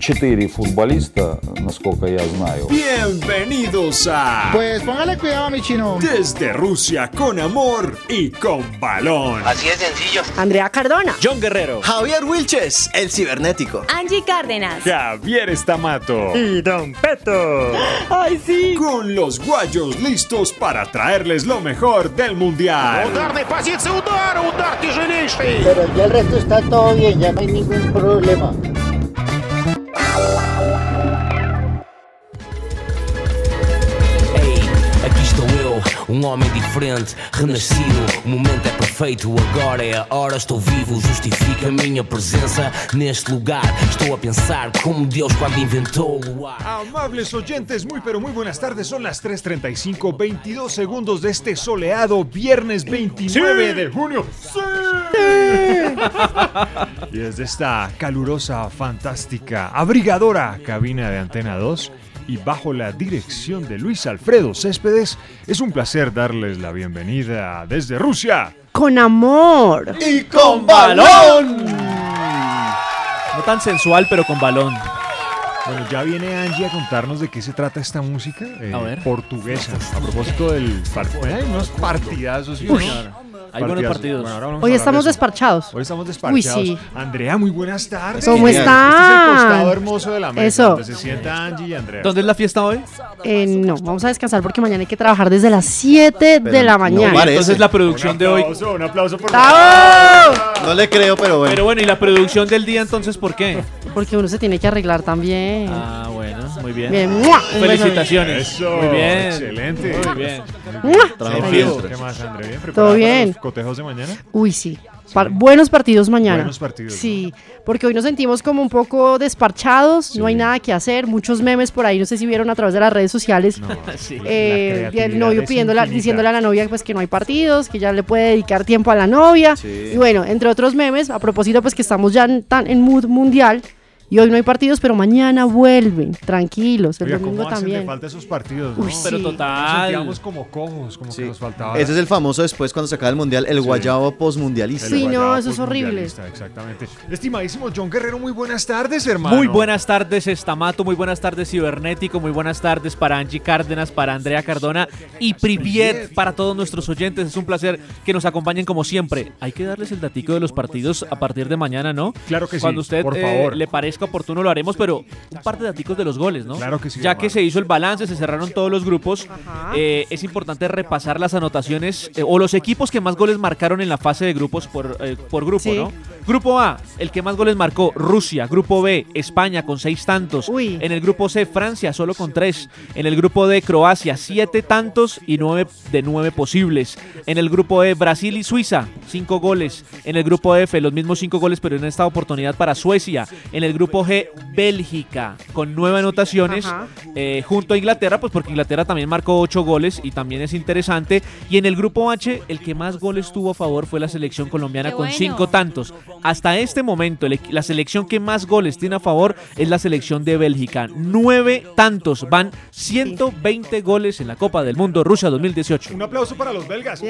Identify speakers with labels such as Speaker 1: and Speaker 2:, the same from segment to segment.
Speaker 1: Четыре футболиста, насколько я знаю.
Speaker 2: Bienvenidos a
Speaker 3: Pues póngale cuidado, mi chino.
Speaker 2: Desde Rusia con amor y con balón.
Speaker 4: Así de sencillo.
Speaker 5: Andrea Cardona,
Speaker 6: John Guerrero.
Speaker 7: Javier Wilches, el cibernético.
Speaker 8: Angie Cárdenas.
Speaker 2: Javier Estamato.
Speaker 6: Y Don Peto.
Speaker 2: Con los guayos listos para traerles lo mejor del mundial.
Speaker 9: Ударной позиции удар, удар тяжелейший.
Speaker 10: Pero ya el resto está todo bien, ya no hay ningún problema.
Speaker 11: Ei, aqui estou eu, um homem diferente, renascido. O momento é perfeito, agora é a hora. Estou vivo, justifica a minha presença neste lugar. Estou a pensar como Deus quando inventou o luar.
Speaker 2: Amables oyentes, muy pero muy buenas tardes. Son las 3.35, 22 segundos de este soleado viernes 29 de junio. Y desde esta calurosa, fantástica, abrigadora cabina de Antena 2 y bajo la dirección de Luis Alfredo Céspedes, es un placer darles la bienvenida desde Rusia.
Speaker 5: con amor.
Speaker 7: ¡Y con balón!
Speaker 6: No tan sensual, pero con balón.
Speaker 2: Bueno, ya viene Angie a contarnos de qué se trata esta música eh,
Speaker 6: A ver. pues, eh,
Speaker 2: portuguesa. A propósito del partido. Hay unos partidazos. ¿sí?
Speaker 6: Hay buenos
Speaker 2: Partidazos.
Speaker 6: partidos.
Speaker 2: Bueno, ahora vamos a
Speaker 5: Hoy
Speaker 2: hablar
Speaker 5: estamos
Speaker 2: de eso.
Speaker 5: desparchados.
Speaker 2: Hoy estamos
Speaker 5: Uy,
Speaker 2: desparchados.
Speaker 5: sí.
Speaker 2: Andrea, muy buenas tardes.
Speaker 5: ¿Cómo
Speaker 2: Este es el
Speaker 5: están?
Speaker 2: costado hermoso de la mesa.
Speaker 5: Eso.
Speaker 2: Donde se sienta Angie y Andrea.
Speaker 6: ¿Dónde es la fiesta hoy?
Speaker 5: Eh, no, vamos a descansar porque mañana hay que trabajar desde las 7 de la mañana.
Speaker 7: parece.
Speaker 6: Entonces la
Speaker 2: Un
Speaker 6: producción de hoy.
Speaker 2: aplauso, Un aplauso por
Speaker 5: ¡Bravo!
Speaker 7: No le creo, pero bueno.
Speaker 6: Pero bueno, ¿y la producción del día entonces por qué?
Speaker 5: Porque uno se tiene que arreglar también.
Speaker 6: Ah, bueno, muy bien.
Speaker 5: Bien, ¡mua! Un beso.
Speaker 6: Felicitaciones.
Speaker 2: Eso.
Speaker 6: Muy bien.
Speaker 2: Excelente.
Speaker 6: Muy bien.
Speaker 5: ¡Mua!
Speaker 7: Trabajo
Speaker 2: Sí,
Speaker 7: fiel.
Speaker 2: ¿Qué más, Andrea? ¿Bien preparada
Speaker 5: Todo
Speaker 2: para
Speaker 5: bien.
Speaker 2: los cotejos de mañana?
Speaker 5: Uy, sí. Par- buenos partidos mañana.
Speaker 2: Buenos partidos,
Speaker 5: Sí, porque hoy nos sentimos como un poco desparchados, no hay nada que hacer, muchos memes por ahí, no sé si vieron a través de las redes sociales.
Speaker 6: Sí.
Speaker 5: eh,
Speaker 2: La
Speaker 5: el novio
Speaker 2: creatividad es
Speaker 5: pidiéndole,
Speaker 2: infinita.
Speaker 5: diciéndole a la novia pues que no hay partidos, que ya le puede dedicar tiempo a la novia.
Speaker 7: Sí.
Speaker 5: Y bueno, entre otros memes, a propósito pues que estamos ya en- tan en mood mundial y hoy no hay partidos, pero mañana vuelven, tranquilos, el
Speaker 2: Oiga,
Speaker 5: domingo
Speaker 2: ¿cómo hacen de
Speaker 5: también.
Speaker 2: falta esos partidos?
Speaker 5: Uy,
Speaker 2: no?
Speaker 5: sí.
Speaker 6: Pero
Speaker 2: Nos
Speaker 6: total.
Speaker 2: sentíamos como cojos, como que nos faltaba.
Speaker 7: Ese es el famoso después cuando se acaba el mundial, el guayabo postmundialista.
Speaker 5: Sí, no,
Speaker 2: guardado
Speaker 5: eso es horrible.
Speaker 2: postmundialista, pues, Exactamente. Estimadísimo John Guerrero, muy buenas tardes, hermano.
Speaker 6: Muy buenas tardes, Estamato. Muy buenas tardes, Cibernético. Muy buenas tardes para Angie Cárdenas, para Andrea Cardona y Priviet, para todos nuestros oyentes. Es un placer que nos acompañen como siempre. Hay que darles el datico de los partidos a partir de mañana, ¿no?
Speaker 2: Claro que sí,
Speaker 6: Cuando usted
Speaker 2: por
Speaker 6: eh,
Speaker 2: favor.
Speaker 6: le parezca oportuno lo haremos, pero un par de daticos de los goles, ¿no?
Speaker 2: Claro que sí,
Speaker 6: Ya
Speaker 2: hermano.
Speaker 6: que se hizo el balance, se cerraron todos los grupos, eh, es importante repasar las anotaciones eh, o los equipos que más goles marcaron en la fase de grupos por, eh, por grupo,
Speaker 5: Sí.
Speaker 6: ¿no? Grupo A, el que más goles marcó, Rusia. Grupo B, España con seis tantos.
Speaker 5: Uy.
Speaker 6: En el grupo C, Francia solo con tres. En el grupo D, Croacia, siete tantos y nueve de nueve posibles. En el grupo E, Brasil y Suiza, cinco goles. En el grupo F, los mismos cinco goles, pero en esta oportunidad para Suecia. En el grupo G, Bélgica con nueve anotaciones.
Speaker 5: Ajá.
Speaker 6: eh, junto a Inglaterra, pues porque Inglaterra también marcó ocho goles y también es interesante. Y en el grupo H, el que más goles tuvo a favor fue la selección colombiana
Speaker 8: Qué
Speaker 6: con
Speaker 8: bueno.
Speaker 6: cinco tantos. Hasta este momento, el equ- la selección que más goles tiene a favor es la selección de Bélgica. Nueve tantos. Van 120 goles en la Copa del Mundo Rusia 2018.
Speaker 2: Un aplauso para los belgas.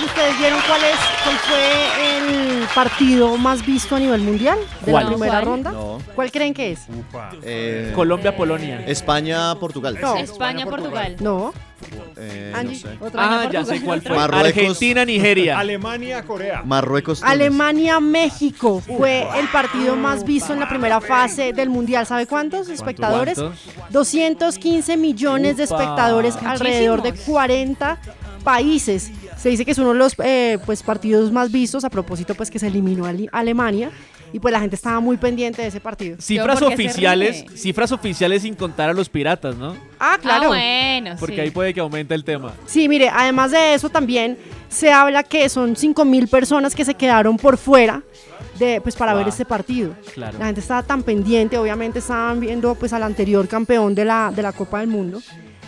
Speaker 5: ¿Y ustedes vieron cuál es, cuál fue el partido más visto a nivel mundial de
Speaker 6: ¿Cuál?
Speaker 5: la primera
Speaker 8: ¿Cuál?
Speaker 5: ronda?
Speaker 7: No.
Speaker 5: ¿Cuál creen que es?
Speaker 2: Upa.
Speaker 7: Eh,
Speaker 6: Colombia-Polonia.
Speaker 7: España, Portugal.
Speaker 5: No.
Speaker 8: España-Portugal.
Speaker 5: No,
Speaker 7: Eh, no
Speaker 5: Angie,
Speaker 7: sé.
Speaker 5: otra vez
Speaker 6: Ah,
Speaker 5: Portugal.
Speaker 6: ya sé cuál fue.
Speaker 7: Marruecos.
Speaker 6: Argentina-Nigeria.
Speaker 2: Alemania, Corea.
Speaker 7: Marruecos. Túnez.
Speaker 5: Alemania-México fue el partido más visto en la primera fase del Mundial. ¿Sabe cuántos espectadores?
Speaker 6: ¿Cuántos?
Speaker 5: 215 millones de
Speaker 6: Upa.
Speaker 5: espectadores, alrededor de
Speaker 8: Muchísimos.
Speaker 5: 40 países. Se dice que es uno de los eh, pues, partidos más vistos, a propósito pues que se eliminó a Ali- Alemania, y pues la gente estaba muy pendiente de ese partido.
Speaker 6: Cifras
Speaker 8: Yo, ¿por qué se
Speaker 6: oficiales,
Speaker 8: ríe?
Speaker 6: cifras oficiales sin contar a los piratas, ¿no?
Speaker 5: Ah, claro.
Speaker 8: Ah, bueno,
Speaker 6: Porque
Speaker 8: sí.
Speaker 6: ahí puede que aumente el tema.
Speaker 5: Sí, mire, además de eso también se habla que son 5.000 personas que se quedaron por fuera de, pues, para
Speaker 6: Wow.
Speaker 5: ver este partido.
Speaker 6: Claro.
Speaker 5: La gente estaba tan pendiente, obviamente estaban viendo pues, al anterior campeón de la, de la Copa del Mundo.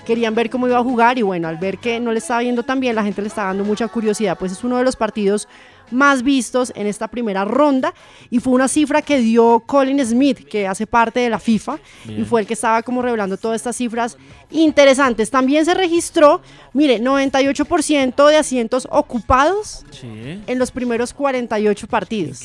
Speaker 5: Querían ver cómo iba a jugar y bueno, al ver que no le estaba yendo tan bien, la gente le estaba dando mucha curiosidad. Pues es uno de los partidos más vistos en esta primera ronda y fue una cifra que dio Colin Smith, que hace parte de la FIFA y fue el que estaba como revelando todas estas cifras interesantes. También se registró, mire, 98% de asientos ocupados
Speaker 6: Sí,
Speaker 5: en los primeros 48 partidos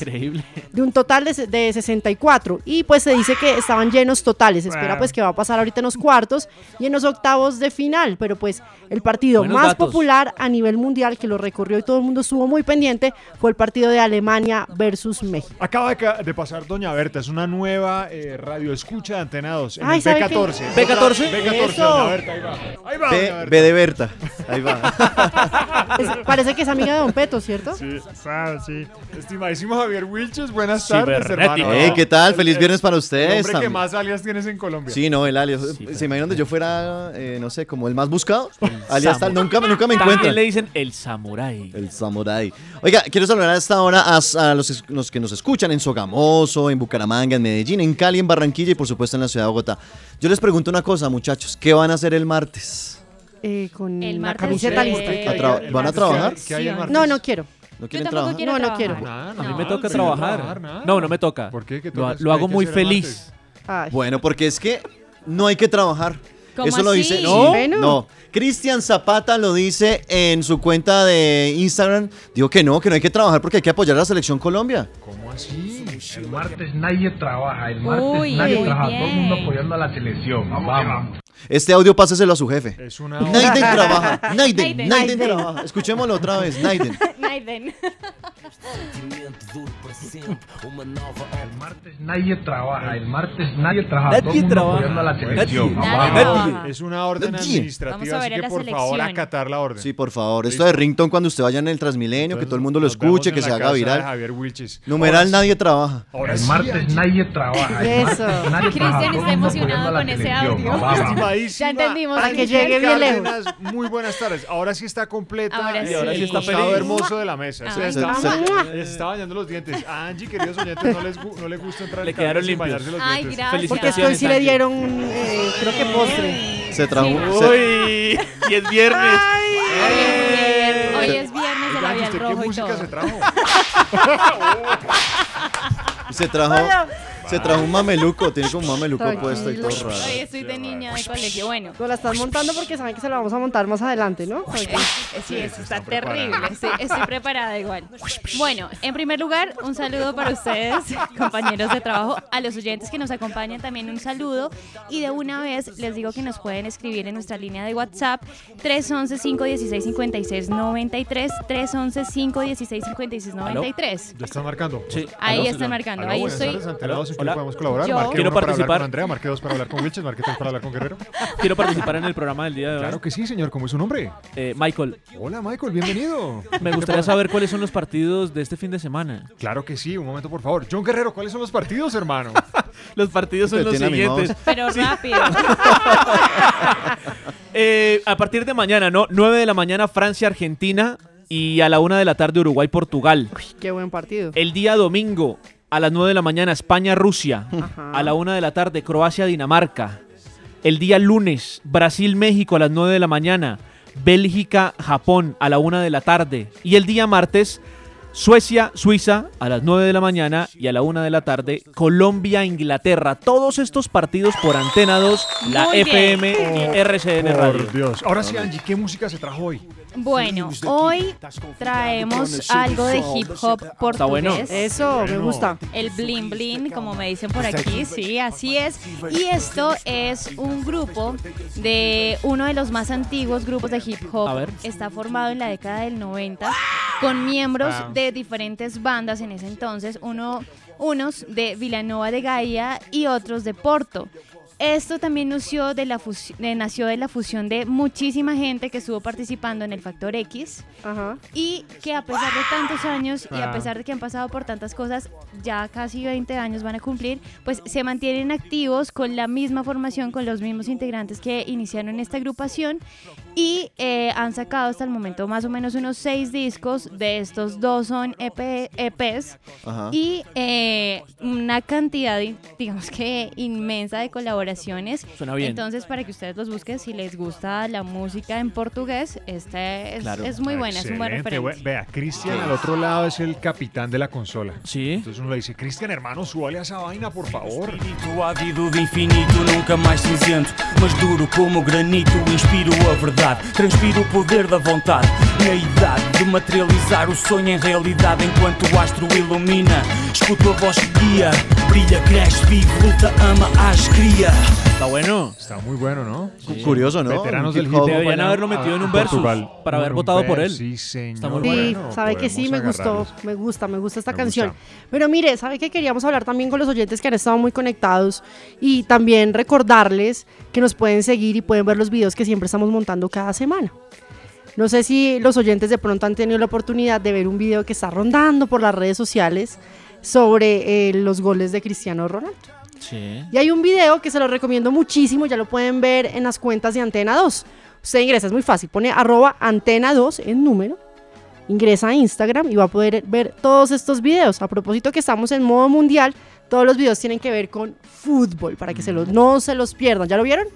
Speaker 6: increíble.
Speaker 5: de un total de, se- de 64 y pues se dice que estaban llenos totales, se espera pues que va a pasar ahorita en los cuartos y en los octavos de final, pero pues el partido
Speaker 6: Buenos
Speaker 5: más
Speaker 6: datos.
Speaker 5: popular a nivel mundial que lo recorrió y todo el mundo estuvo muy pendiente fue el partido de Alemania versus México.
Speaker 2: Acaba de, ca- de pasar Doña Berta, es una nueva eh, radio escucha de Antena 2 en
Speaker 5: Ay,
Speaker 2: el
Speaker 5: ¿sabe
Speaker 2: B14.
Speaker 6: qué? B14.
Speaker 2: B14,
Speaker 5: Eso.
Speaker 2: Doña Berta, ahí va. Ahí va,
Speaker 7: B,
Speaker 2: Doña Berta.
Speaker 7: B de Berta. Ahí va.
Speaker 5: Es- parece que es amiga de Don Peto, ¿cierto?
Speaker 2: Sí, sabe, sí. Estimadísimo Javier Wilches, buenas tardes,
Speaker 6: Cibernético.
Speaker 2: hermano.
Speaker 7: Eh, ¿Qué tal? Feliz viernes para
Speaker 2: El
Speaker 7: ustedes.
Speaker 2: hombre que
Speaker 7: también.
Speaker 2: más alias tienes en Colombia.
Speaker 7: Sí, no, el alias. ¿Se imaginan que yo fuera, eh, no sé, como el más buscado? alias tal. Nunca, nunca me
Speaker 6: También
Speaker 7: encuentran.
Speaker 6: le dicen el samurái.
Speaker 7: El samurái. Oiga, quiero saludar a esta hora a, a los, es- los que nos escuchan en Sogamoso, en Bucaramanga, en Medellín, en Cali, en Barranquilla y por supuesto en la ciudad de Bogotá. Yo les pregunto una cosa, muchachos. ¿Qué van a hacer el martes?
Speaker 5: Eh, con
Speaker 3: El
Speaker 5: la
Speaker 3: martes
Speaker 5: camiseta
Speaker 3: es-
Speaker 5: lista.
Speaker 7: ¿A tra-
Speaker 2: El
Speaker 7: ¿Van a
Speaker 2: martes,
Speaker 7: trabajar?
Speaker 2: ¿qué hay el martes?
Speaker 5: No, no quiero.
Speaker 7: ¿No
Speaker 3: Yo
Speaker 7: quieren trabajar?
Speaker 3: tampoco quiero
Speaker 5: No, no
Speaker 3: trabajar.
Speaker 5: quiero.
Speaker 2: Nada,
Speaker 6: A mí
Speaker 3: No,
Speaker 6: me toca
Speaker 2: pero
Speaker 6: trabajar.
Speaker 2: trabajar, nada.
Speaker 6: No, no me toca.
Speaker 2: ¿Por qué? ¿Qué
Speaker 6: Lo,
Speaker 2: tocas?
Speaker 6: lo
Speaker 2: ¿Qué hay
Speaker 6: hago
Speaker 2: que
Speaker 6: muy
Speaker 2: hacer el
Speaker 6: feliz.
Speaker 5: Ay.
Speaker 7: Bueno, porque es que no hay que trabajar.
Speaker 3: ¿Cómo
Speaker 7: Eso lo
Speaker 3: así?
Speaker 7: dice.
Speaker 5: ¿No?
Speaker 7: No,
Speaker 5: Bueno.
Speaker 7: no. Cristian Zapata lo dice en su cuenta de Instagram. Dijo que no, que no hay que trabajar porque hay que apoyar a la selección Colombia.
Speaker 2: ¿Cómo así?
Speaker 9: El martes nadie trabaja, el martes
Speaker 3: Uy,
Speaker 9: nadie
Speaker 3: muy
Speaker 9: trabaja, todo el mundo
Speaker 3: bien.
Speaker 9: apoyando a la selección. Vamos.
Speaker 7: Este audio páseselo a su jefe.
Speaker 2: Es una
Speaker 7: Naiden trabaja. Naiden,
Speaker 3: Naiden.
Speaker 7: Naiden
Speaker 3: Naiden.
Speaker 7: trabaja. Escuchémoslo otra vez. Naiden.
Speaker 3: Naiden.
Speaker 11: sentimento duro para sempre, uma nova
Speaker 9: El martes nadie trabaja, el martes nadie trabaja, todo el
Speaker 6: Nadie
Speaker 9: mundo
Speaker 6: trabaja.
Speaker 9: apoyando a la selección.
Speaker 6: Nadie.
Speaker 9: Vamos.
Speaker 3: Nadie.
Speaker 2: Es una orden
Speaker 7: Nadie.
Speaker 3: Vamos a
Speaker 2: administrativa, así
Speaker 3: ver a
Speaker 2: que
Speaker 3: la
Speaker 2: por favor
Speaker 3: selección.
Speaker 2: acatar la orden.
Speaker 7: Sí, por favor. Esto de Rington cuando usted vaya en el Transmilenio, que todo el mundo lo
Speaker 2: Nos vemos
Speaker 7: escuche,
Speaker 2: en
Speaker 7: que
Speaker 2: la
Speaker 7: se haga
Speaker 2: casa de
Speaker 7: viral.
Speaker 2: Javier Wilches.
Speaker 7: Numeral nadie trabaja.
Speaker 2: Ahora
Speaker 9: El
Speaker 2: sí, Este
Speaker 9: martes nadie trabaja. el martes
Speaker 5: Eso.
Speaker 9: nadie trabaja,
Speaker 3: Cristian
Speaker 9: todo
Speaker 3: está
Speaker 9: el mundo apoyando
Speaker 3: emocionado
Speaker 9: a la
Speaker 3: con ese
Speaker 9: selección.
Speaker 3: audio.
Speaker 9: Vamos.
Speaker 2: estimadísima
Speaker 3: Ya entendimos,
Speaker 5: Para que
Speaker 3: Cristian.
Speaker 5: llegue bien lejos.
Speaker 2: Cárdenas, Muy buenas tardes. Ahora sí está completa
Speaker 3: Ahora
Speaker 2: eh,
Speaker 3: sí. Ah,
Speaker 6: Ahora sí
Speaker 2: el
Speaker 6: está
Speaker 2: costado
Speaker 6: feliz.
Speaker 2: hermoso de la mesa.
Speaker 3: Ay,
Speaker 2: Se le
Speaker 7: Se-
Speaker 2: está,
Speaker 7: se-
Speaker 2: se le está bañando los dientes. A Angie, queridos oyentes, no les, gu- no les gusta entrar
Speaker 6: Le
Speaker 2: en cabina
Speaker 6: quedaron
Speaker 2: sin
Speaker 6: limpios.
Speaker 2: bañarse los
Speaker 3: Ay,
Speaker 2: dientes.
Speaker 3: gracias.
Speaker 5: Porque es que hoy sí le dieron, eh, creo que postre.
Speaker 7: Se trajo. se-
Speaker 6: Uy, y es viernes.
Speaker 3: Hoy es viernes, hoy es viernes de
Speaker 2: Oiga, Angie,
Speaker 3: labial
Speaker 2: ¿usted qué
Speaker 3: rojo y
Speaker 2: música se
Speaker 3: todo.
Speaker 2: trajo?
Speaker 7: Se trajo, se trajo un mameluco, tiene como un mameluco
Speaker 5: Tranquilo.
Speaker 7: puesto y todo raro.
Speaker 3: Hoy estoy de niña de colegio. Bueno,
Speaker 5: No Pues, la estás montando porque saben que se la vamos a montar más adelante, ¿no?
Speaker 3: Eh, eh, Sí, eso está terrible. Estoy, estoy preparada igual. Bueno, en primer lugar, un saludo para ustedes, compañeros de trabajo, a los oyentes que nos acompañan también un saludo. Y de una vez les digo que nos pueden escribir en nuestra línea de WhatsApp 311-516-5693, 311-516-5693.
Speaker 2: Ya están marcando.
Speaker 6: Sí.
Speaker 3: Ahí
Speaker 6: Aló.
Speaker 3: están marcando,
Speaker 2: Aló,
Speaker 3: ahí
Speaker 2: buenas
Speaker 3: estoy.
Speaker 2: tardes, Antena dos, ¿en qué
Speaker 6: Hola.
Speaker 2: podemos colaborar?
Speaker 3: Yo-
Speaker 2: Marque
Speaker 6: Quiero
Speaker 2: uno para hablar
Speaker 6: participar.
Speaker 2: con Andrea, marque dos para hablar con Wilches, marque tres para hablar con Guerrero.
Speaker 6: Quiero participar en el programa del día de hoy.
Speaker 2: Claro que sí, señor. ¿Cómo es su nombre?
Speaker 6: Eh, Michael,
Speaker 2: Hola, Michael. Bienvenido.
Speaker 6: me gustaría saber cuáles son los partidos de este fin de semana.
Speaker 2: Claro que sí. Un momento, por favor. John Guerrero, ¿cuáles son los partidos, hermano?
Speaker 6: Los partidos son
Speaker 7: Usted
Speaker 6: los
Speaker 7: tiene animados.
Speaker 6: siguientes.
Speaker 3: Pero rápido.
Speaker 6: Eh, a partir de mañana, ¿no? 9 de la mañana, Francia-Argentina. Y a la 1 de la tarde, Uruguay-Portugal.
Speaker 5: Uy, qué buen partido.
Speaker 6: El día domingo, a las 9 de la mañana, España-Rusia.
Speaker 5: Ajá.
Speaker 6: A la 1 de la tarde, Croacia-Dinamarca. El día lunes, Brasil-México a las 9 de la mañana. Bélgica-Japón a la 1 de la tarde. Y el día martes, Suecia-Suiza a las 9 de la mañana y a la 1 de la tarde, Colombia-Inglaterra. Todos estos partidos por Antena 2, la
Speaker 3: Muy bien.
Speaker 6: FM y RCN Radio.
Speaker 2: Por Dios. Ahora sí, Angie, ¿qué música se trajo hoy?
Speaker 3: Bueno, hoy traemos algo de hip hop portugués.
Speaker 6: Ah, bueno.
Speaker 5: Eso, me gusta.
Speaker 3: El bling bling, como me dicen por aquí, sí, así es. Y esto es un grupo de uno de los más antiguos grupos de hip hop.
Speaker 6: A ver.
Speaker 3: Está formado en la década del 90 con miembros
Speaker 2: Ah.
Speaker 3: de diferentes bandas en ese entonces, uno, unos de Vilanova de Gaia y otros de Porto. Esto también nació de, la fus- de- nació de la fusión de muchísima gente que estuvo participando en el Factor X
Speaker 5: Ajá.
Speaker 3: y que a pesar de tantos años y
Speaker 2: Ah.
Speaker 3: a pesar de que han pasado por tantas cosas, ya casi 20 años van a cumplir, pues se mantienen activos con la misma formación, con los mismos integrantes que iniciaron esta agrupación Y eh, han sacado hasta el momento más o menos unos seis discos. De estos dos son E EP, EPs.
Speaker 7: Ajá.
Speaker 3: Y eh, una cantidad, in- digamos que inmensa de colaboraciones.
Speaker 6: Suena bien.
Speaker 3: Entonces, para que ustedes los busquen, si les gusta la música en portugués, esta es,
Speaker 6: Claro.
Speaker 3: es muy buena, es un buen
Speaker 2: Excelente,
Speaker 3: referente.
Speaker 2: güey. Vea, Cristian al otro lado es el capitán de la consola.
Speaker 6: Sí.
Speaker 2: Entonces uno le dice, Cristian, hermano, súbale a esa vaina, por favor.
Speaker 11: Espírito ávido de infinito, nunca mais cinzento, mas duro como granito. Inspiro a verdade, transpiro o poder da vontade. E a idade de materializar o sonho em realidade, enquanto o astro ilumina. Escuto a voz que guia, brilha, cresce, vive, luta, ama, age, cria.
Speaker 6: Está bueno.
Speaker 2: Está muy bueno, ¿no?
Speaker 7: Curioso, ¿no?
Speaker 2: Veteranos del
Speaker 7: Hip
Speaker 2: hip
Speaker 7: hop.
Speaker 2: hop.
Speaker 6: Deberían
Speaker 2: van a-
Speaker 6: haberlo metido en un versus,
Speaker 2: Portugal.
Speaker 6: para
Speaker 2: No,
Speaker 6: haber
Speaker 2: en un
Speaker 6: votado por
Speaker 2: versus, Sí,
Speaker 6: él.
Speaker 2: señor.
Speaker 6: Está muy
Speaker 5: Sí,
Speaker 6: bueno,
Speaker 5: sabe que sí, me
Speaker 2: podemos
Speaker 5: gustó,
Speaker 2: agarrarlos.
Speaker 5: me gusta, me gusta esta
Speaker 2: Me
Speaker 5: canción.
Speaker 2: gusta.
Speaker 5: Pero mire, sabe que queríamos hablar también con los oyentes que han estado muy conectados y también recordarles que nos pueden seguir y pueden ver los videos que siempre estamos montando cada semana. No sé si los oyentes de pronto han tenido la oportunidad de ver un video que está rondando por las redes sociales sobre eh, los goles de Cristiano Ronaldo.
Speaker 6: Sí.
Speaker 5: Y hay un video que se lo recomiendo muchísimo, ya lo pueden ver en las cuentas de Antena 2. Usted ingresa, es muy fácil, pone arroba Antena 2 en número, ingresa a Instagram y va a poder ver todos estos videos. A propósito que estamos en modo mundial, todos los videos tienen que ver con fútbol, para que se los, no se los pierdan. ¿Ya lo vieron?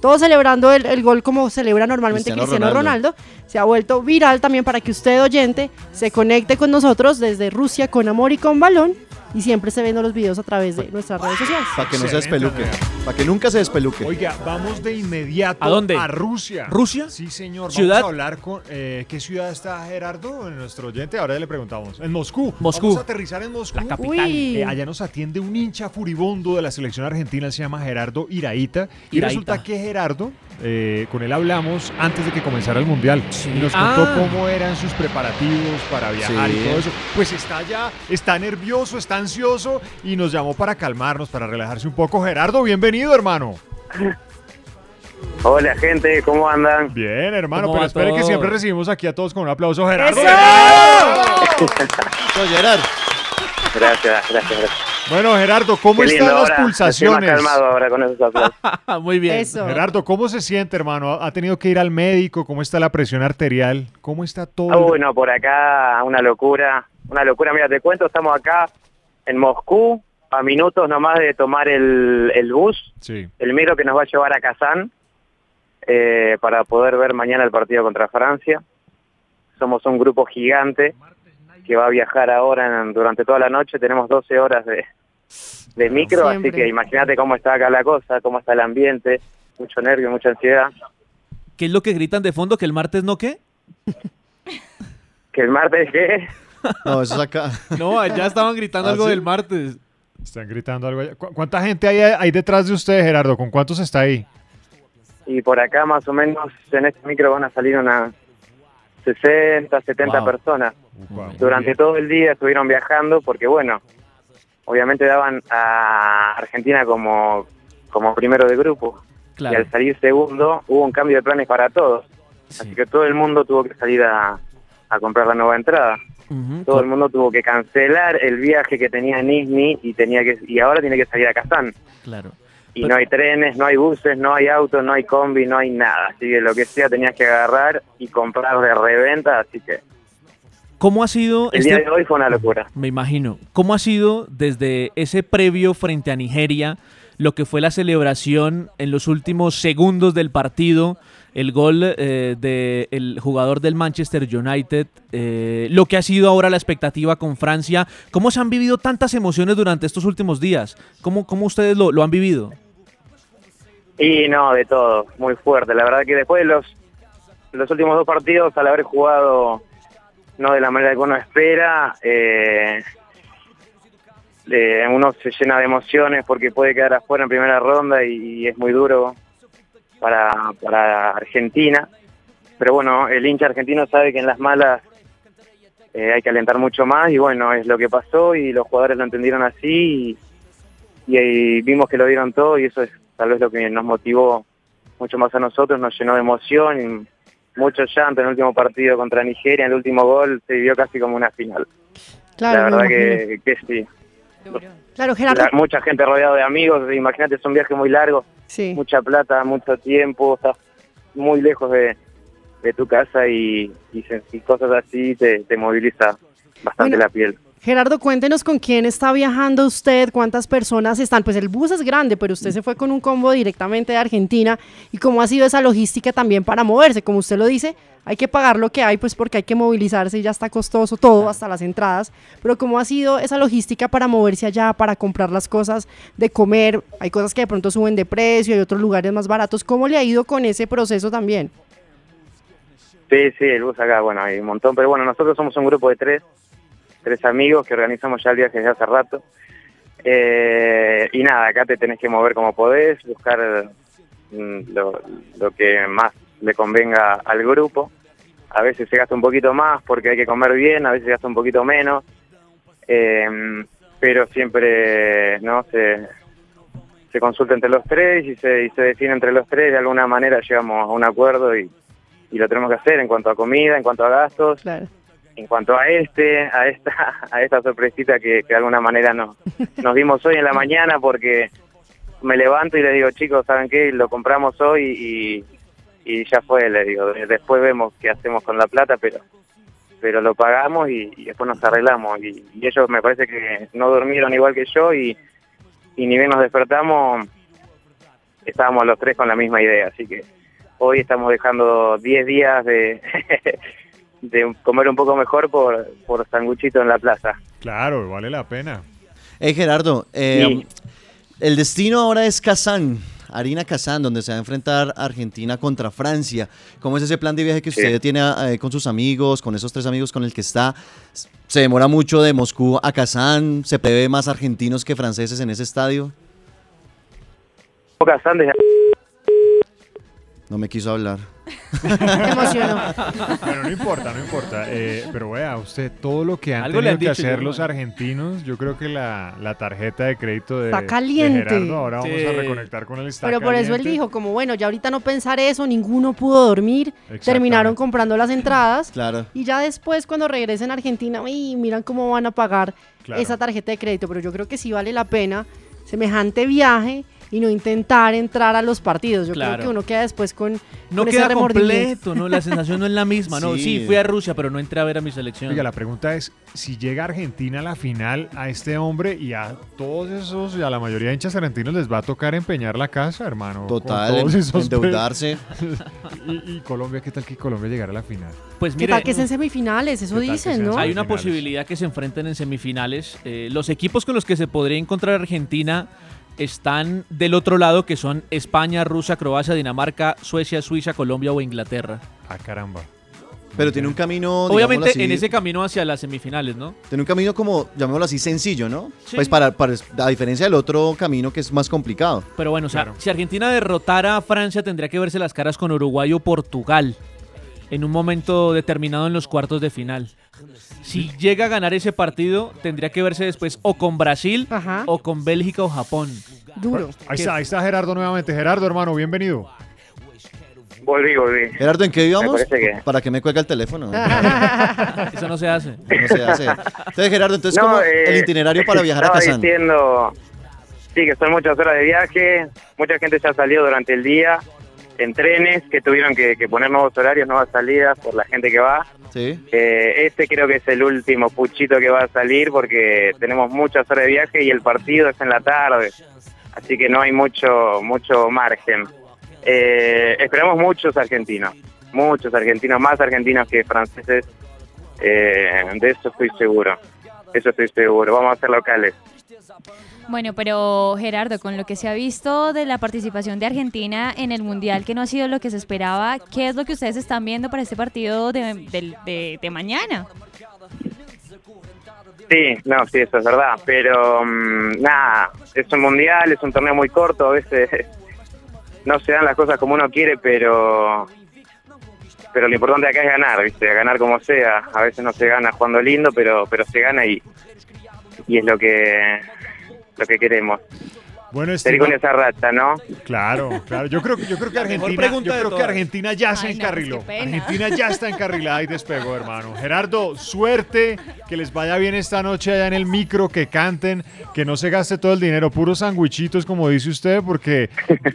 Speaker 5: Todos celebrando el, el gol como celebra normalmente
Speaker 7: Cristiano
Speaker 5: Cristiano, Ronaldo. Se ha vuelto viral también para que usted, oyente, se conecte con nosotros desde Rusia con amor y con balón. Y siempre se ven los videos a través de nuestras redes sociales.
Speaker 7: Para que no se
Speaker 2: Excelente,
Speaker 7: despeluque. Para que nunca se despeluque.
Speaker 2: Oiga, vamos de inmediato
Speaker 6: ¿A dónde?
Speaker 2: Rusia.
Speaker 6: ¿Rusia?
Speaker 2: Sí, señor.
Speaker 6: ¿Ciudad?
Speaker 2: Vamos a hablar con eh, qué ciudad está Gerardo, nuestro oyente. Ahora le preguntamos. En Moscú.
Speaker 6: Moscú.
Speaker 2: Vamos a aterrizar en Moscú.
Speaker 6: La capital.
Speaker 5: Uy.
Speaker 2: Eh, allá nos atiende un hincha furibundo de la selección argentina, él se llama Gerardo Iraíta. Y
Speaker 6: Iraíta.
Speaker 2: resulta que Gerardo, eh, con él hablamos antes de que comenzara el Mundial. Y nos
Speaker 6: Ah.
Speaker 2: contó cómo eran sus preparativos para viajar
Speaker 7: Sí.
Speaker 2: y todo eso. Pues está allá, está nervioso, está ansioso y nos llamó para calmarnos, para relajarse un poco. Gerardo, bienvenido, hermano.
Speaker 4: Hola gente, ¿cómo andan?
Speaker 2: Bien, hermano,
Speaker 6: ¿Cómo
Speaker 2: pero
Speaker 6: va
Speaker 2: espere que
Speaker 6: todo?
Speaker 2: siempre recibimos aquí a todos con un aplauso. Gerardo.
Speaker 7: Oye, Gerard.
Speaker 4: Gracias, gracias, gracias.
Speaker 2: Bueno, Gerardo, ¿cómo
Speaker 4: Qué lindo
Speaker 2: están las
Speaker 4: ahora. Estoy más
Speaker 2: pulsaciones?
Speaker 4: calmado ahora con esos aplausos.
Speaker 6: Ah, muy bien.
Speaker 5: Eso.
Speaker 2: Gerardo, ¿cómo se siente, hermano? ¿Ha ha tenido que ir al médico? ¿Cómo está la presión arterial? ¿Cómo está todo?
Speaker 4: Uy, no, por acá una locura, una locura. Mira, te cuento, estamos acá en Moscú, a minutos nomás de tomar el, el bus,
Speaker 2: Sí.
Speaker 4: el micro que nos va a llevar a Kazán eh, para poder ver mañana el partido contra Francia. Somos un grupo gigante que va a viajar ahora en- durante toda la noche. Tenemos 12 horas de, de micro, así
Speaker 5: Siempre.
Speaker 4: que imagínate cómo está acá la cosa, cómo está el ambiente. Mucho nervio, mucha ansiedad.
Speaker 6: ¿Qué es lo que gritan de fondo? ¿Que el martes no qué?
Speaker 4: Que el martes que
Speaker 7: No, eso es acá.
Speaker 6: No, allá estaban gritando
Speaker 7: ¿Ah,
Speaker 6: algo
Speaker 7: sí?
Speaker 6: del martes.
Speaker 2: Están gritando algo. allá. ¿Cu- ¿Cuánta gente hay ahí detrás de usted, Gerardo? ¿Con cuántos está ahí?
Speaker 4: y por acá más o menos en este micro van a salir unas 60, 70
Speaker 7: Wow.
Speaker 4: personas.
Speaker 2: Upa, muy
Speaker 4: Durante
Speaker 2: bien.
Speaker 4: todo el día estuvieron viajando porque, bueno, obviamente daban a Argentina como, como primero de grupo. Y
Speaker 6: Claro.
Speaker 4: al salir segundo hubo un cambio de planes para todos.
Speaker 6: Sí.
Speaker 4: Así que todo el mundo tuvo que salir a, a comprar la nueva entrada.
Speaker 6: Ujú.
Speaker 4: Todo el mundo tuvo que cancelar el viaje que tenía en Izmi y, tenía que, y ahora tiene que salir a Kazán.
Speaker 6: Claro.
Speaker 4: Y no hay trenes, no hay buses, no hay autos, no hay combi, no hay nada. Así que lo que sea tenías que agarrar y comprar de reventa. Así que
Speaker 6: ¿Cómo ha sido
Speaker 4: el
Speaker 6: este-
Speaker 4: día de hoy fue una locura.
Speaker 6: Me imagino. ¿Cómo ha sido desde ese previo frente a Nigeria lo que fue la celebración en los últimos segundos del partido? El gol eh, del jugador del Manchester United, eh, lo que ha sido ahora la expectativa con Francia. ¿Cómo se han vivido tantas emociones durante estos últimos días? ¿Cómo, cómo ustedes lo, lo han vivido?
Speaker 4: Y no, de todo, muy fuerte. La verdad que después de los, los últimos dos partidos, al haber jugado no de la manera que uno espera, eh, eh, uno se llena de emociones porque puede quedar afuera en primera ronda y, y es muy duro para, para Argentina. Pero bueno, el hincha argentino sabe que en las malas eh, hay que alentar mucho más y bueno, es lo que pasó y los jugadores lo entendieron así y, y ahí vimos que lo dieron todo y eso es tal vez lo que nos motivó mucho más a nosotros, nos llenó de emoción y mucho llanto en el último partido contra Nigeria, en el último gol se vivió casi como una final.
Speaker 5: Claro,
Speaker 4: la verdad
Speaker 5: me imagino.
Speaker 4: que, que sí.
Speaker 5: Claro, Gerardo.
Speaker 4: La- mucha gente rodeada de amigos, imagínate, es un viaje muy largo,
Speaker 5: sí.
Speaker 4: mucha plata, mucho tiempo, estás muy lejos de, de tu casa y, y, se- y cosas así te, te moviliza bastante
Speaker 5: Bueno.
Speaker 4: la piel.
Speaker 5: Gerardo, cuéntenos con quién está viajando usted, cuántas personas están. Pues el bus es grande, pero usted se fue con un combo directamente de Argentina. ¿Y cómo ha sido esa logística también para moverse? Como usted lo dice, hay que pagar lo que hay, pues porque hay que movilizarse y ya está costoso todo, hasta las entradas. Pero ¿cómo ha sido esa logística para moverse allá, para comprar las cosas de comer? Hay cosas que de pronto suben de precio, hay otros lugares más baratos. ¿Cómo le ha ido con ese proceso también?
Speaker 4: Sí, sí, el bus acá, bueno, hay un montón, pero bueno, nosotros somos un grupo de tres, tres amigos que organizamos ya el viaje desde hace rato. Eh, y nada, acá te tenés que mover como podés, buscar mm, lo, lo que más le convenga al grupo. A veces se gasta un poquito más porque hay que comer bien, a veces se gasta un poquito menos, Eh, pero siempre no se, se consulta entre los tres y se, y se define entre los tres, de alguna manera llegamos a un acuerdo y, y lo tenemos que hacer en cuanto a comida, en cuanto a gastos,
Speaker 5: Claro.
Speaker 4: en cuanto a este, a esta, a esta sorpresita que, que de alguna manera nos, nos dimos hoy en la mañana porque me levanto y les digo, chicos, ¿saben qué? Lo compramos hoy y, y ya fue, les digo, después vemos qué hacemos con la plata, pero pero lo pagamos y, y después nos arreglamos. Y, y ellos me parece que no durmieron igual que yo y, y ni bien nos despertamos, estábamos los tres con la misma idea, así que hoy estamos dejando 10 días de, de comer un poco mejor por, por sanguchito en la plaza.
Speaker 2: Claro, vale la pena.
Speaker 7: Hey Gerardo, eh,
Speaker 4: Sí.
Speaker 7: el destino ahora es Kazán, Harina Kazán, donde se va a enfrentar Argentina contra Francia. ¿Cómo es ese plan de viaje que usted tiene eh, con sus amigos, con esos tres amigos con el que está? ¿Se demora mucho de Moscú a Kazán? ¿Se prevé más argentinos que franceses en ese estadio?
Speaker 4: Kazán desde-
Speaker 7: No me quiso hablar.
Speaker 2: Bueno, no importa, no importa. Eh, pero vea, usted todo lo que han
Speaker 6: Algo le
Speaker 2: tenido
Speaker 6: han
Speaker 2: que
Speaker 6: dicho, yo
Speaker 2: hacer
Speaker 6: no-
Speaker 2: los argentinos, yo creo que la, la tarjeta de crédito de,
Speaker 5: Está
Speaker 2: de
Speaker 5: caliente.
Speaker 2: Gerardo, ahora vamos
Speaker 6: Sí.
Speaker 2: a reconectar con el está
Speaker 5: Pero por eso él
Speaker 2: caliente.
Speaker 5: dijo, como bueno, ya ahorita no pensar eso, ninguno pudo dormir,
Speaker 2: Exactamente.
Speaker 5: terminaron comprando las entradas
Speaker 7: Claro.
Speaker 5: y ya después cuando regresen a Argentina, uy, miran cómo van a pagar
Speaker 2: Claro.
Speaker 5: esa tarjeta de crédito, pero yo creo que sí vale la pena semejante viaje y no intentar entrar a los partidos. Yo
Speaker 6: Claro.
Speaker 5: creo que uno queda después con,
Speaker 6: No
Speaker 5: con ese
Speaker 6: queda
Speaker 5: remordimiento.
Speaker 6: completo, ¿no? La sensación no es la misma, ¿no?
Speaker 7: Sí.
Speaker 6: Sí, fui a Rusia, pero no entré a ver a mi selección.
Speaker 2: Oiga, la pregunta es, si llega Argentina a la final a este hombre y a todos esos, y a la mayoría de hinchas argentinos les va a tocar empeñar la casa, hermano. con
Speaker 7: Total,
Speaker 2: todos esos-
Speaker 7: endeudarse.
Speaker 2: Y, y Colombia, ¿qué tal que Colombia llegara a la final?
Speaker 6: Pues
Speaker 5: ¿Qué
Speaker 6: mire,
Speaker 5: tal que es en semifinales? Eso
Speaker 2: ¿Qué tal que sea
Speaker 5: dicen,
Speaker 2: en
Speaker 5: ¿no?
Speaker 6: Hay una
Speaker 2: Semifinales.
Speaker 6: posibilidad que se enfrenten en semifinales. Eh, los equipos con los que se podría encontrar Argentina están del otro lado, que son España, Rusia, Croacia, Dinamarca, Suecia, Suiza, Colombia o Inglaterra.
Speaker 2: Ah, caramba.
Speaker 7: Pero tiene un camino,
Speaker 6: Obviamente
Speaker 7: digámoslo así,
Speaker 6: en ese camino hacia las semifinales, ¿no?
Speaker 7: tiene un camino como, llamémoslo así, sencillo, ¿no?
Speaker 6: Sí.
Speaker 7: Pues para, para, a diferencia del otro camino que es más complicado.
Speaker 6: Pero bueno, o sea,
Speaker 2: Claro.
Speaker 6: si Argentina derrotara a Francia tendría que verse las caras con Uruguay o Portugal en un momento determinado en los cuartos de final. Si llega a ganar ese partido, tendría que verse después o con Brasil
Speaker 5: Ajá.
Speaker 6: o con Bélgica o Japón.
Speaker 5: Duro.
Speaker 2: Ahí está, ahí está Gerardo nuevamente. Gerardo, hermano, bienvenido.
Speaker 4: Volví, volví.
Speaker 7: Gerardo, ¿en qué íbamos?
Speaker 4: parece que-
Speaker 7: Para que me cuelga el teléfono.
Speaker 6: Eso no se hace.
Speaker 7: No se hace. Entonces, Gerardo, entonces, ¿cómo
Speaker 4: eh, este
Speaker 7: el itinerario para viajar a
Speaker 4: estaba
Speaker 7: Kazán?
Speaker 4: diciendo, sí, que son muchas horas de viaje, mucha gente ya salió durante el día en trenes que tuvieron que, que poner nuevos horarios, nuevas salidas por la gente que va.
Speaker 7: Sí.
Speaker 4: Eh, este creo que es el último puchito que va a salir porque tenemos muchas horas de viaje y el partido es en la tarde, así que no hay mucho mucho margen. Eh, esperamos muchos argentinos, muchos argentinos, más argentinos que franceses, eh, de eso estoy seguro, eso estoy seguro, vamos a ser locales.
Speaker 3: Bueno, pero Gerardo, con lo que se ha visto de la participación de Argentina en el Mundial, que no ha sido lo que se esperaba, ¿qué es lo que ustedes están viendo para este partido de, del- de- de mañana?
Speaker 4: Sí, no, sí, eso es verdad. Pero mm, nada, es un mundial, es un torneo muy corto, a veces no se dan las cosas como uno quiere, pero pero lo importante acá es ganar, ¿viste? Ganar como sea. A veces no se gana jugando lindo, pero pero se gana y y es lo que lo que queremos.
Speaker 2: Bueno,
Speaker 4: Seguir con esa rata, ¿no?
Speaker 2: Claro, claro. Yo creo, que- yo creo que
Speaker 6: La mejor
Speaker 2: Argentina,
Speaker 6: pregunta
Speaker 2: yo
Speaker 6: de
Speaker 2: creo que
Speaker 6: todas.
Speaker 2: Argentina ya se
Speaker 3: Ay, no,
Speaker 2: encarriló.
Speaker 3: qué pena.
Speaker 2: Argentina ya está encarrilada y despegó, hermano. Gerardo, suerte, que les vaya bien esta noche allá en el micro, que canten, que no se gaste todo el dinero, puros sandwichitos, como dice usted, porque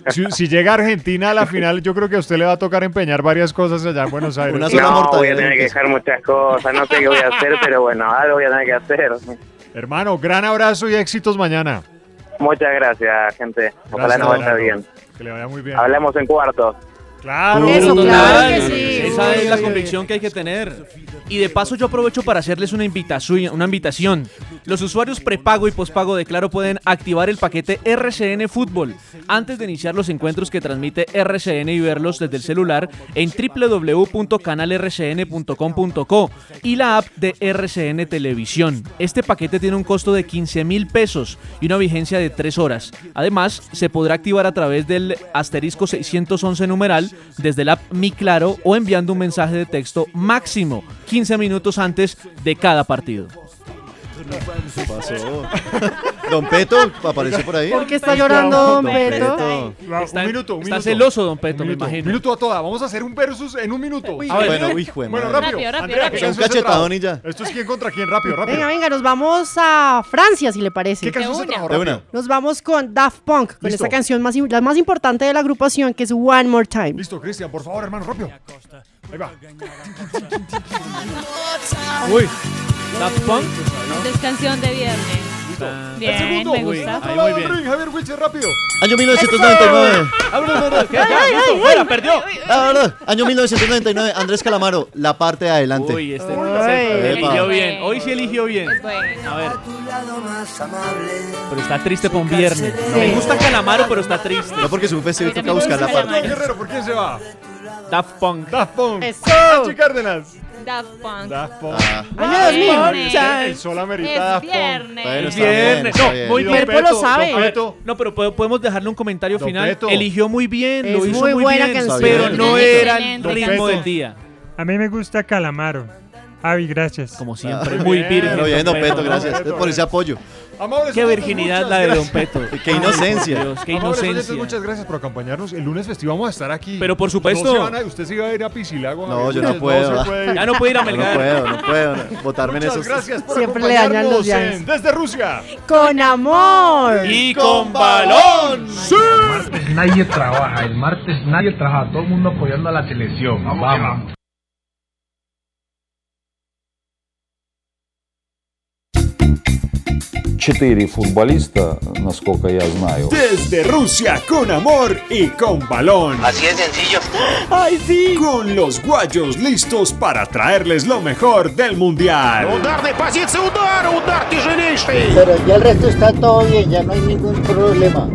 Speaker 2: si, si llega Argentina a la final, yo creo que a usted le va a tocar empeñar varias cosas allá en Buenos Aires.
Speaker 7: Una sola
Speaker 4: No,
Speaker 7: mortadela
Speaker 4: voy a
Speaker 7: de
Speaker 4: tener que
Speaker 7: queso.
Speaker 4: dejar muchas cosas. No sé qué voy a hacer, pero bueno, algo voy a tener que hacer.
Speaker 2: Hermano, gran abrazo y éxitos mañana.
Speaker 4: Muchas gracias, gente. Ojalá
Speaker 2: Gracias,
Speaker 4: nos vaya
Speaker 2: Gerardo.
Speaker 4: bien.
Speaker 2: Que le vaya muy bien.
Speaker 4: Hablamos en cuartos.
Speaker 2: Claro.
Speaker 5: Eso, claro
Speaker 6: Total,
Speaker 5: que sí.
Speaker 6: Esa es
Speaker 5: Uy,
Speaker 6: la
Speaker 5: uy, uy.
Speaker 6: convicción que hay que tener. Y de paso yo aprovecho para hacerles una invitación, una invitación. Los usuarios prepago y pospago de Claro pueden activar el paquete RCN Fútbol antes de iniciar los encuentros que transmite RCN y verlos desde el celular en www.canalrcn.com.co y la app de RCN Televisión. Este paquete tiene un costo de 15 mil pesos y una vigencia de 3 horas. Además, se podrá activar a través del asterisco 611 numeral desde la app Mi Claro o enviando un mensaje de texto máximo 15 minutos antes de cada partido.
Speaker 7: Pasó. Don Peto apareció por ahí.
Speaker 5: ¿Por qué está llorando Don Beto?
Speaker 2: Wow,
Speaker 6: Está-
Speaker 2: un minuto, un
Speaker 6: está
Speaker 2: minuto.
Speaker 6: celoso, don Peto,
Speaker 2: Un
Speaker 6: me
Speaker 2: minuto,
Speaker 6: imagino.
Speaker 2: Un minuto a toda. Vamos a hacer un versus en un minuto.
Speaker 6: A ver.
Speaker 7: Bueno, hijo de
Speaker 2: Bueno,
Speaker 7: madre.
Speaker 2: rápido.
Speaker 3: Rápido, rápido,
Speaker 2: Andrea, que
Speaker 3: rápido.
Speaker 2: ya
Speaker 7: Un
Speaker 2: se hace
Speaker 7: cachetadón
Speaker 2: trabajo.
Speaker 7: y ya.
Speaker 2: Esto es quién contra quién. Rápido, rápido.
Speaker 5: Venga, venga, nos vamos a Francia, si le
Speaker 2: ¿Qué
Speaker 5: parece.
Speaker 2: canción se
Speaker 3: una.
Speaker 2: trajo?
Speaker 7: De
Speaker 2: Rápido.
Speaker 7: una.
Speaker 5: Nos vamos con Daft Punk, con
Speaker 2: Listo.
Speaker 5: esta canción más, im- la más importante de la agrupación, que es One More Time.
Speaker 2: Listo, Cristian, por favor, hermano, rápido. Ahí va.
Speaker 6: Uy, Daft Punk.
Speaker 3: Es canción de viernes. Bien, me
Speaker 6: Uy,
Speaker 3: gusta.
Speaker 6: ahí muy bien.
Speaker 2: Ring, Javier Wilson, rápido.
Speaker 7: Año 1999.
Speaker 2: Ah,
Speaker 6: ¿Qué? Ya, listo, fuera, perdió.
Speaker 7: La verdad, año 1999, Andrés Calamaro, la parte de adelante.
Speaker 6: Uy, este
Speaker 5: Uy.
Speaker 6: eligió
Speaker 7: Epa.
Speaker 6: bien. Hoy sí eligió bien.
Speaker 3: Es bueno.
Speaker 6: A ver. Pero está triste por un viernes. Me gusta Calamaro, pero está triste.
Speaker 7: No porque su festival
Speaker 3: Mira,
Speaker 7: toca
Speaker 3: mira,
Speaker 7: buscar la
Speaker 3: mira,
Speaker 7: parte.
Speaker 2: Eduardo Guerrero, ¿por quién se va?
Speaker 6: Daft Punk.
Speaker 2: Daft Punk.
Speaker 5: Eso.
Speaker 2: Nachi Cárdenas.
Speaker 3: Daft Punk.
Speaker 2: Daft Punk.
Speaker 7: Ah,
Speaker 5: Año 2000.
Speaker 3: Viernes.
Speaker 2: El sol amerita
Speaker 3: Es
Speaker 2: Daft Punk.
Speaker 7: bueno,
Speaker 3: viernes.
Speaker 7: está bien,
Speaker 6: Viernes.
Speaker 7: está
Speaker 6: No,
Speaker 7: bien.
Speaker 6: muy
Speaker 2: Don
Speaker 6: bien.
Speaker 5: Pepo lo
Speaker 2: Don
Speaker 5: sabe.
Speaker 2: Peto.
Speaker 6: No, pero po- podemos dejarle un comentario
Speaker 2: Don
Speaker 6: final.
Speaker 2: Peto.
Speaker 6: Eligió muy bien, lo
Speaker 5: Es
Speaker 6: hizo
Speaker 5: muy
Speaker 6: muy,
Speaker 5: buena
Speaker 6: bien,
Speaker 5: canción.
Speaker 6: pero
Speaker 5: Sí.
Speaker 6: no era el
Speaker 3: Excelente
Speaker 6: ritmo
Speaker 2: canción.
Speaker 6: del día.
Speaker 8: A mí me gusta Calamaro. Avi, gracias.
Speaker 6: Como siempre,
Speaker 7: Ah,
Speaker 6: muy
Speaker 2: bien,
Speaker 6: virgen.
Speaker 7: Pero bien,
Speaker 6: Don
Speaker 7: Don Peto,
Speaker 6: ¿no?
Speaker 7: gracias
Speaker 2: Peto,
Speaker 7: por ese apoyo.
Speaker 2: Amables
Speaker 6: Qué
Speaker 2: oyentes,
Speaker 6: virginidad
Speaker 2: muchas
Speaker 6: la de Don
Speaker 2: gracias.
Speaker 6: Peto.
Speaker 7: Qué inocencia.
Speaker 6: Dios, qué
Speaker 2: Amables oyentes,
Speaker 6: inocencia.
Speaker 2: muchas gracias por acompañarnos. El lunes festivo vamos a estar aquí.
Speaker 6: Pero por supuesto.
Speaker 2: No se van a- usted se iba a ir a Piscilago.
Speaker 7: No,
Speaker 2: Javier
Speaker 7: yo no
Speaker 2: Wilches,
Speaker 7: puedo.
Speaker 2: se puede ir.
Speaker 6: Ya no puede ir a
Speaker 7: No, no
Speaker 6: Melgar.
Speaker 7: puedo, no puedo. no. Botarme en
Speaker 2: Muchas
Speaker 7: esos.
Speaker 2: gracias por
Speaker 5: Siempre le dañan los
Speaker 2: acompañarnos
Speaker 5: viajes.
Speaker 2: en Desde Rusia.
Speaker 5: Con amor.
Speaker 6: Y con balón.
Speaker 9: Nadie trabaja, el martes nadie trabaja, todo el mundo apoyando a la selección. Vamos.
Speaker 1: Четыре футболиста, насколько я знаю,
Speaker 2: Desde Rusia, con amor y con balón.
Speaker 11: Así es sencillo.
Speaker 2: Con los guayos listos para traerles lo mejor del mundial.
Speaker 11: Ударной позиции удар, удар тяжелейший.
Speaker 10: Pero ya el resto está todo bien, ya no hay ningún problema.